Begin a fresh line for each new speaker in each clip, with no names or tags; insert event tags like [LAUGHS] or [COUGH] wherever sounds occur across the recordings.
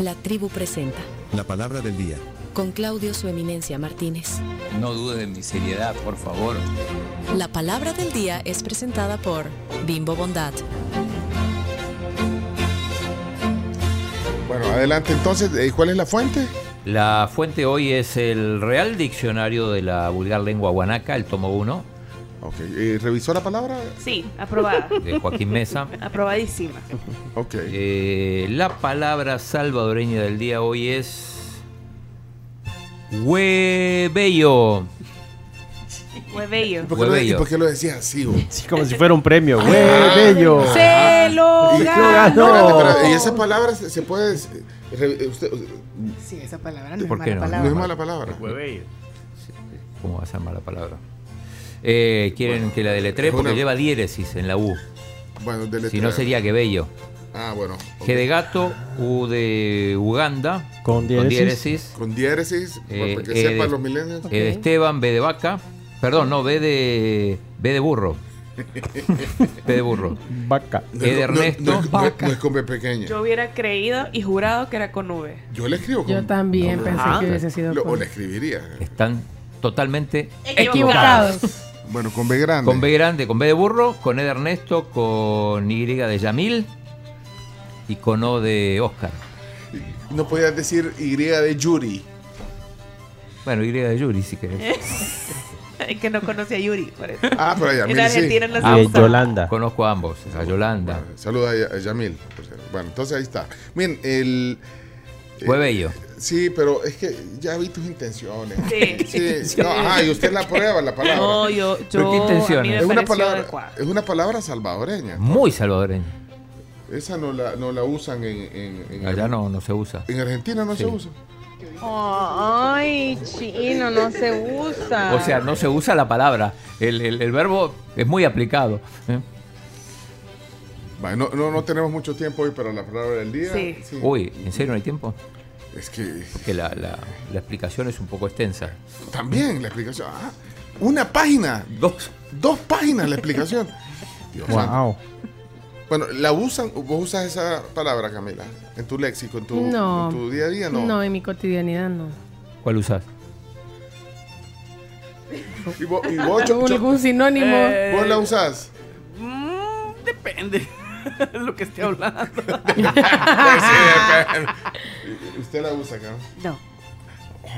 La tribu presenta
La palabra del día.
con Claudio Su Eminencia Martínez.
No dudes de mi seriedad, por favor.
La palabra del día es presentada por Bimbo Bondad.
Bueno, adelante entonces. eh, ¿Cuál es la fuente?
La fuente hoy es el Real Diccionario de la Vulgar Lengua Guanaca, el tomo 1,
Ok. eh, ¿Revisó la palabra?
Sí, aprobada.
de Joaquín Mesa.
[LAUGHS]
Aprobadísima.
Ok.
Eh, la palabra salvadoreña del día hoy es. Huevello.
Fue bello.
¿Por qué lo, ¿Y
huevello.
por qué lo decía así? bo?
Sí, como si fuera un premio, güey. bello.
¡Se
Oh,
lo
Y-
ganó!
Ah, Espérate, espérate, ¿Y esa palabra se, se puede... eh, re- eh, usted- eh,
Sí, esa palabra no es
¿Por
mala
qué no?
no
palabra.
es mala palabra.
¿Cómo va a ser mala palabra? Eh, Quieren que la deletree
es una-
porque lleva diéresis en la U.
Bueno,
Si
deletrea.
no sería que bello.
Ah, bueno. ok.
G de gato, U de Uganda.
Con diéresis.
Con diéresis,
Eh,
para que
eh,
sepan
de-
los milenios.
E de Esteban, B de vaca. Perdón, no, B de, B de burro. B de burro.
Vaca.
No,
E de
no, no,
Ernesto.
No, es- no es-
Vaca.
no es con B pequeña.
Yo
Yo,
hubiera creído y jurado que era con V. [LAUGHS]
le escribo con... Ah,
Yo también pensé
Ah,
Ajá.
que hubiese sido
lo- o
con-
le escribiría.
Están totalmente equivocados.
equivocados.
Bueno, con B grande.
Con B grande, con B de burro, con E de Ernesto, con Y de Yamil y con O de Oscar.
No podías decir Y de Yuri.
Bueno, Y de Yuri, si querés.
Es que no conoce a Yuri, por eso.
Ah, pero a
En
Yamil sí.
Argentina no
Ah,
Y
se
de Yolanda.
Conozco a ambos, a Yolanda.
Bueno, Saluda a Ya- a Yamil. por cierto. Bueno, entonces ahí está. Miren, el... eh,
Huevello.
Sí, pero es que ya vi tus intenciones.
Sí.
sí. No, ajá, y usted la prueba, la palabra.
No, yo,
¿Pero
yo
qué intenciones?
a
¿eh?
mí me
es una
pareció
palabra, eh.
adecuado.
es una palabra salvadoreña.
Muy salvadoreño.
Esa no la, no la usan en, en, en-
Allá no, no se usa.
en Argentina no se usa.
Ay, chino, no se
Ah.
usa.
O sea, no se usa la palabra. El, el- el verbo es muy aplicado. ¿eh?
Va, no, no, no tenemos mucho tiempo hoy para la palabra del día.
Sí.
Uy, ¿en serio no hay tiempo?
Es que
Que la, la- la explicación es un poco extensa.
también la explicación. ah, una página,
Dos.
dos páginas la explicación. Dios santo.
Wow.
Bueno, la usan, vos usas esa palabra, Camila, en tu léxico, en tu,
No.
en tu día a día, no.
No. en mi cotidianidad no.
¿Cuál usas?
Y vos, y vos, yo- yo-
Algún sinónimo.
Eh.
vos la usás.
Eh, Mm, depende [LAUGHS] de lo que esté
[LAUGHS]
hablando.
Usted la usa, Cam.
No,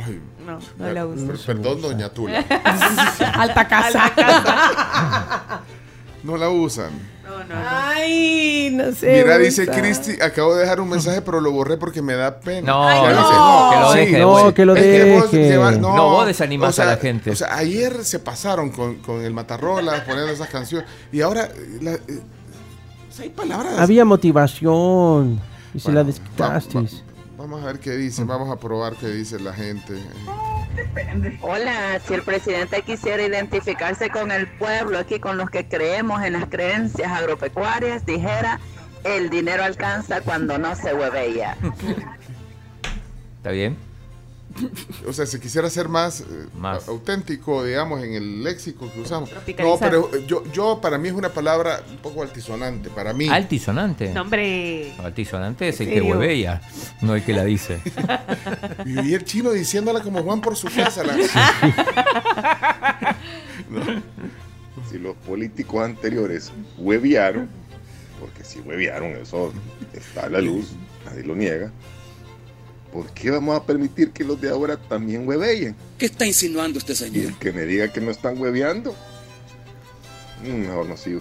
Ay,
no, no la uso.
per- perdón, doña Tula.
Alta casa.
No la usan.
No, no, no.
Ay, no sé.
Mira, dice
usa.
Cristi, acabo de dejar un mensaje, pero lo borré porque me da pena.
No,
Ya
no,
dice,
que lo deje,
no,
güey.
que lo
Es vos
deje.
llevas-
No, vos desanimas
o sea,
a la gente.
O sea, ayer se pasaron con, con el Matarrola poniendo esas canciones. Y ahora, eh, la- eh, o sea, hay palabras.
Había motivación. Y se
Bueno,
la
va-
desquitaste.
va- vamos a ver qué dice, vamos a probar qué dice la gente.
Hola, si el presidente quisiera identificarse con el pueblo, aquí con los que creemos en las creencias agropecuarias, dijera, el dinero alcanza cuando no se huevea.
¿Está bien?
O sea, si quisiera ser más, eh,
Más.
au- auténtico, digamos, en el léxico que usamos. No,
Tropicalizar.
pero eh, yo, yo, para mí es una palabra un poco altisonante, para mí.
Altisonante.
No, hombre.
Altisonante es el
¿En
que
serio?
vuelve ella, no el que la dice.
Y oí el chino diciéndola como Juan por su casa. la-
si los políticos anteriores hueviaron, porque si hueviaron, eso está a la luz, nadie lo niega, ¿por qué vamos a permitir que los de ahora también hueveyen?
¿Qué está insinuando este usted,
Y el que me diga que no están hueveando, mm, mejor no sigo.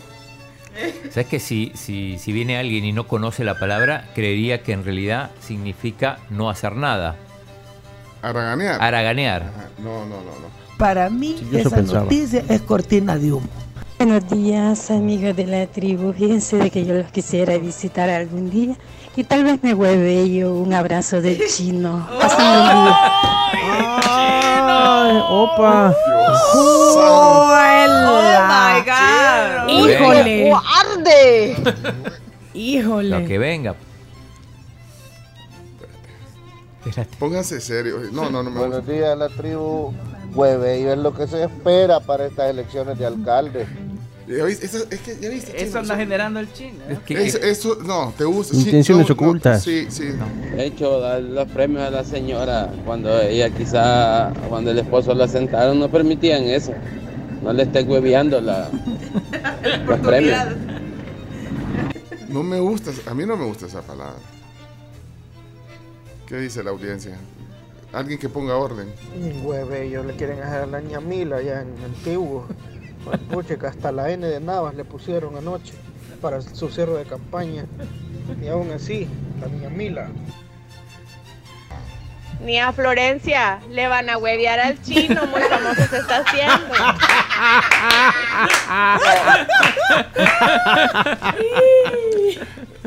¿Sabes que si, si, si viene alguien y no conoce la palabra, creería que en realidad significa no hacer nada?
Araganear.
Araganear.
Ajá, No, no, no, no.
Para mí,
Sí, yo eso esa pensaba.
noticia es cortina de humo.
Buenos días, amigos de la tribu. Fíjense de que yo los quisiera visitar algún día y tal vez me hueve yo un abrazo
[LAUGHS]
de chino.
Oh,
Ay, opa.
¡Oh, my God!
oh,
Híjole.
¡Guarde!
Híjole.
Lo que venga. Espérate.
Pónganse serio. No, no, no me gusta.
días, la tribu. Hueve, y es lo que se espera para estas elecciones de alcalde.
Ya viste, esa- es que ya viste.
Eso
chino,
anda
son-
generando el chin. ¿eh?
Es- eso, no, te gusta. sí,
Intenciones
no, no,
ocultas.
sí, sí.
De hecho, dar los premios a la señora cuando ella quizá, cuando el esposo la sentaron, no permitían eso. No le estés hueveando la, los premios.
No me gusta, a mí no me gusta esa palabra. ¿Qué dice la audiencia? Alguien que ponga orden.
Hueve, ellos le quieren hacer la ñamila allá en Antiguo. Pues, pucha, que hasta la N de Navas le pusieron anoche para su cierre de campaña. Y aún así, la ñamila.
Ni a Florencia le van a huevear al chino, muy famoso se está
[LAUGHS]
haciendo.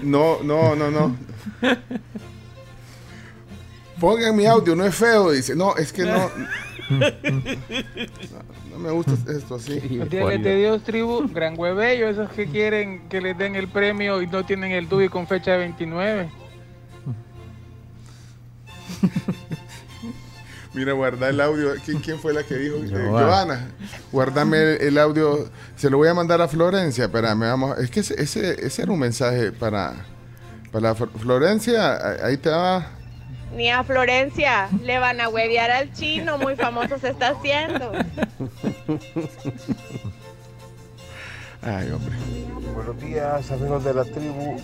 No, no, no, no. Pongan mi audio, no es feo, dice. No, es que no. No me gusta esto así.
Dígales de Dios, tribu, gran huevello, esos que quieren que les den el premio y no tienen el DUI con fecha de 29.
Mira, guarda el audio. ¿Quién, quién fue la que dijo? Eh,
Giovanna.
Giovanna. Guardame el, el audio. Se lo voy a mandar a Florencia. Espérame, vamos. Es que ese, ese, ese era un mensaje para, para Fl- Florencia. a- Ahí te va.
Ni a Florencia le van a huevear al chino, muy famoso se está haciendo.
Ay, hombre.
Buenos días, amigos de la tribu.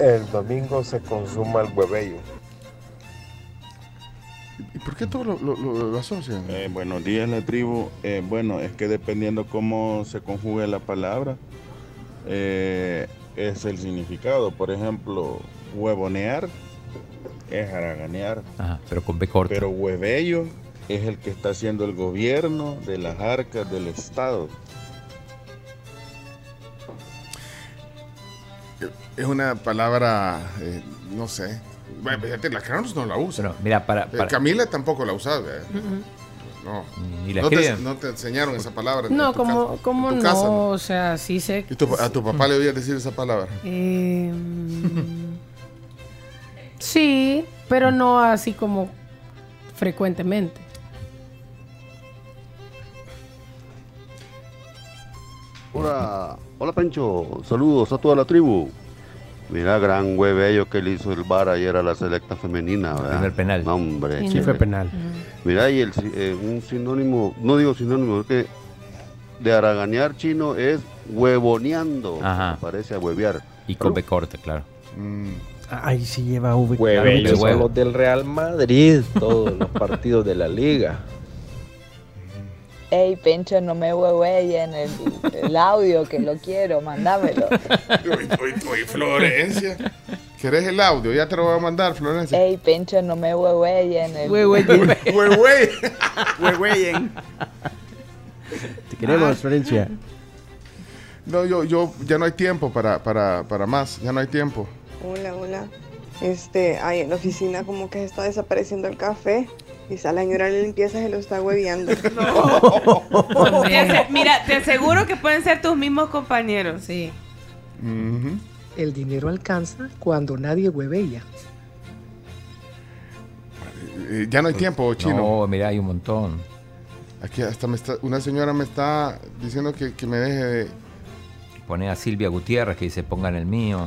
El domingo se consuma el huevello.
¿Y por qué todo lo, lo- lo- lo asocian?
Eh, buenos días, la tribu. Eh, bueno, es que dependiendo cómo se conjugue la palabra, eh, es el significado. Por ejemplo, huevonear es haraganear.
pero con B corta.
Pero huevello es el que está haciendo el gobierno de las arcas del Estado.
Es una palabra, eh, no sé. Bueno, fíjate, la Carlos no la usa.
Mira, para,
Eh,
para-
Camila tampoco la usaba. eh. No.
ni la
no, te,
escriben.
no te enseñaron esa palabra. en
No,
tu
como,
casa-
como
en
no,
tu casa,
o sea, sí sé.
¿Y tu- a tu papá le oías decir esa palabra?
Eh, [LAUGHS] sí, pero no así como frecuentemente.
Hola, hola Pancho, saludos a toda la tribu. Mira, gran huevello que le hizo el bar ayer a la selecta femenina, ¿verdad?
primer penal.
No, [LAUGHS] hombre.
Sí,
chile.
fue penal.
Mira, y el, si- eh, un sinónimo, no digo sinónimo, es que de haraganear chino es huevoneando.
Ajá.
Parece a huevear.
Y con B corta, claro.
Ay, sí lleva V.
Huevellos
Claro,
son los del Real Madrid, todos los partidos de la liga.
Ey, Pencho, no me hueveyen el, el audio que lo
[LAUGHS]
quiero, mandámelo.
Oye, Florencia. ¿Querés el audio? Ya te lo voy a mandar, Florencia.
Ey, Pencho, no me hueveyen el.
Huehue.
Te
Ah.
queremos, Florencia.
No, yo, yo, ya no hay tiempo para, para, para más. Ya no hay tiempo.
Hola, hola. Este, ahí en la oficina como que se está desapareciendo el café. Quizá la señora de limpieza se lo está hueviando.
Te ase- Mira, te aseguro que pueden ser tus mismos compañeros. Sí.
El dinero alcanza cuando nadie huevella.
Eh, ya no hay tiempo, chino.
No, mira, Oh, hay un montón.
Aquí hasta me está, una señora me está diciendo que, que me deje de.
Pone a Silvia Gutiérrez que dice pongan el mío.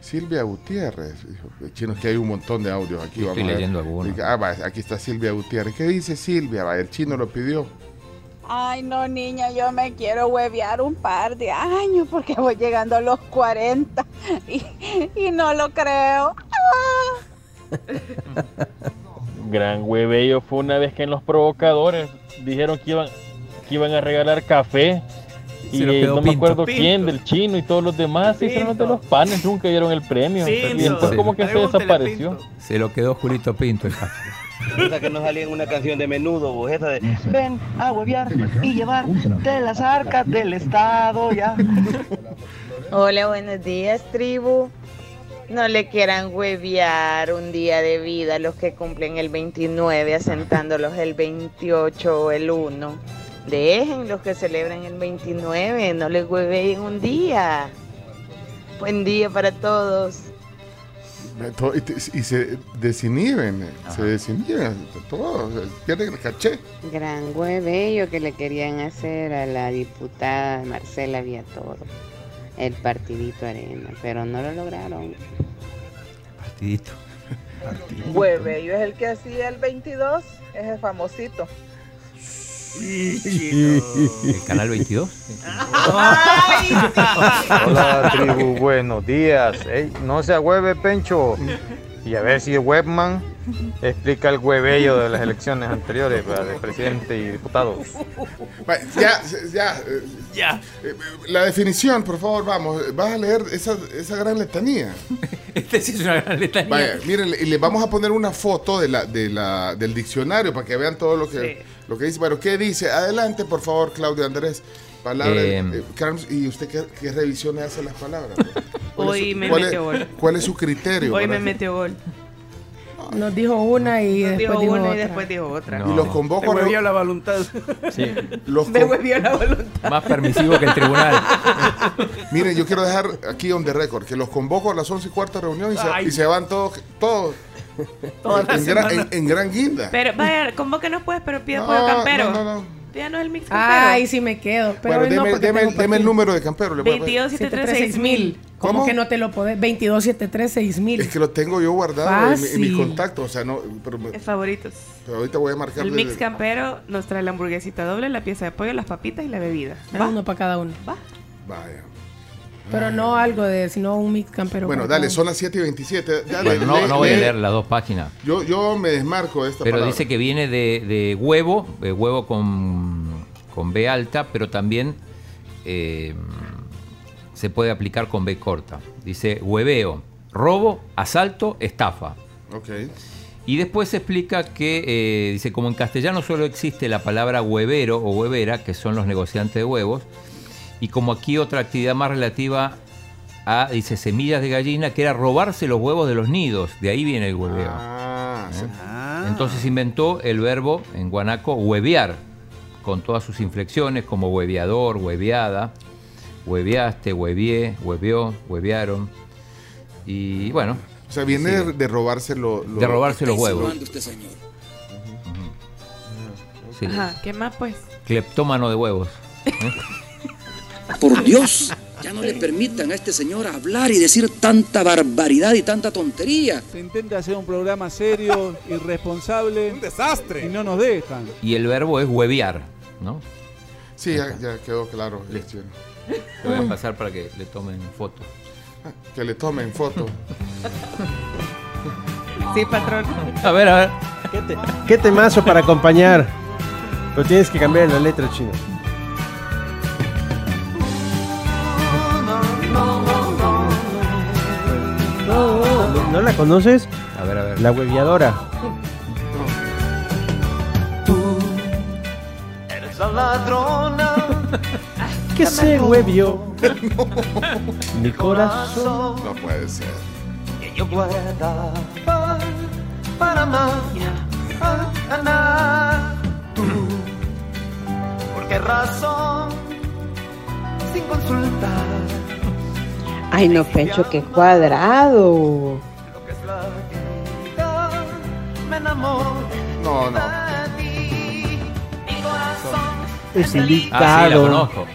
Silvia Gutiérrez. Hijo, Chino, es que hay un montón de audios aquí.
Yo estoy
a ver.
leyendo algunos.
Ah, va, aquí está Silvia Gutiérrez. ¿Qué dice Silvia? Va, el chino lo pidió.
Ay, no, niña, yo me quiero huevear un par de años porque voy llegando a los 40 y, y no lo creo. Ah.
Gran huevello fue una vez que en los provocadores dijeron que iban, que iban a regalar café.
Se
Y
lo
eh,
quedó
no me
Pinto.
acuerdo
Pinto.
quién, del chino y todos los demás, se hicieron de los panes, nunca dieron el premio. Y después como que se desapareció.
Se lo quedó Julito Pinto el café.
Puta que no salía en una canción de menudo, vos, esa de...
Ven a huevear y llevar de las arcas del Estado ya.
Hola, buenos días, tribu. No le quieran hueviar un día de vida a los que cumplen el 29, asentándolos el 28 o el 1. Dejen los que celebran el 29, no les hueveen un día. Buen día para todos.
To- Y, te- y se desinhiben, eh, se desinhiben, todo, o sea, pierden el caché.
Gran huevello que le querían hacer a la diputada Marcela Villatoro, el partidito Arena, pero no lo lograron.
Partidito.
Huevello es el que hacía el 22, es el famosito.
¿El canal 22? [LAUGHS]
[LAUGHS]
Hola tribu, buenos días. Ey, no se hueve, Pencho. Y a ver si Webman explica el huevello de las elecciones anteriores ¿verdad? de presidente y diputados.
Va, Ya, ya, eh, eh, La definición, por favor, vamos. Vas a leer esa, esa gran letanía.
Esta Este sí es una gran letanía.
Vaya, miren, y les vamos a poner una foto de la, de la, del diccionario para que vean todo lo que, lo que dice. Pero, ¿qué dice? Adelante, por favor, Claudio Andrés. Palabra,
Eh,
eh, Carms, ¿y usted qué, qué revisiones hace las palabras? pues. ¿Cuál es
Hoy
su-
me
cuál es-
metió gol.
¿Cuál es su criterio?
Hoy
para
me
eso?
metió gol.
Nos dijo una y
Nos
después
dijo
dijo
una y
otra.
después dijo otra.
Y los convoco a
la voluntad.
Sí. Los
Me
con-
huevió la voluntad.
Más permisivo que el tribunal.
[LAUGHS] Miren, yo quiero dejar aquí on the record que los convoco a las 11 y cuarta reunión y se,
Ay.
y se van todos, todos
Toda
en,
la
en gran,
semana.
en- en gran guinda.
Pero vaya, convocanos pues, pero pida
No,
pollo campero.
no,
Pídanos el mix campero.
Ay, sí me quedo. Pero
Bueno,
hoy no,
deme,
porque
deme-
tengo
deme el
partido.
número de campero. le voy a-
736 mil. ¿Cómo que no te lo podés? 22736000
Es que lo tengo yo guardado en, mi- en mis
Fácil.
contactos. O sea, no, pero, me-
Favoritos.
pero ahorita voy a marcar.
El mix campero nos trae la hamburguesita doble, la pieza de pollo, las papitas y la bebida.
Va Ah, uno para cada uno.
Vaya.
Pero no algo de, sino un mix campero.
Ah. Bueno,
para
dale,
cada
son las 7 y 27. Dale,
Bueno, no,
lee-
no voy a
lee.
leer las dos páginas.
Yo, yo me desmarco de esta
Pero
palabra.
dice que viene de, de huevo, de huevo con, con B alta, pero también eh, se puede aplicar con B corta. Dice hueveo, robo, asalto, estafa.
Ok.
Y después se explica que, eh, dice, como en castellano solo existe la palabra huevero o huevera, que son los negociantes de huevos, y como aquí otra actividad más relativa a, dice, semillas de gallina, que era robarse los huevos de los nidos, de ahí viene el hueveo.
Ah.
¿Eh? Entonces inventó el verbo en guanaco huevear, con todas sus inflexiones, como hueveador, hueveada, hueveaste, huevié, hueveó, huevearon. Y bueno.
O sea, viene
sigue.
de, de robarse lo- lo-
De robarse los huevos. Sí.
Ajá, ¿qué más pues?
Cleptómano de huevos.
Por Dios, ya no le permitan a este señor hablar y decir tanta barbaridad y tanta tontería.
Se intenta hacer un programa serio, irresponsable. Un desastre. Y no nos dejan.
Y el verbo es huevear, ¿no?
Sí, ya, ya quedó claro. Sí.
Lo voy a pasar para que le tomen foto.
Que le
[LAUGHS]
tomen foto.
Sí, patrón.
A ver, a ver.
¿Qué temazo para acompañar? Lo tienes que cambiar en la letra, chino. ¿No, no la conoces?
A ver, a ver.
La hueviadora.
Eres la ladrona.
Que se huevió
[LAUGHS]
mi corazón.
No puede ser.
que yo pueda pa- para más pa- ganar. Tú, ¿por qué razón? Sin consultar
Ay, no, Pencho, qué cuadrado.
lo que es la vida, me enamoro
No, no.
de ti. Mi corazón
Es
Ah, sí, la
invitado.
conozco.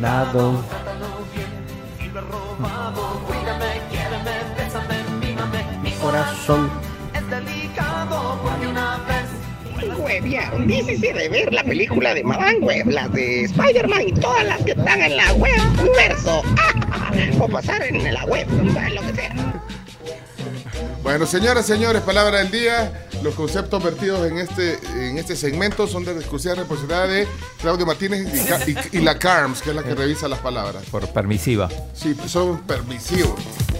Nado. Mi corazón.
es delicado porque una vez
Huevearon, dice sí de ver la película de Madame Web, las de Spider-Man y todas las que están en la web, universo, ah, o pasar en la web, lo que sea.
Bueno, señoras, señores, palabra del día. Los conceptos vertidos en este, en este segmento son de exclusiva responsabilidad de Claudio Martínez y, Ca- y- y la CARMS, que es la que revisa las palabras.
Por permisiva.
Sí, son permisivos.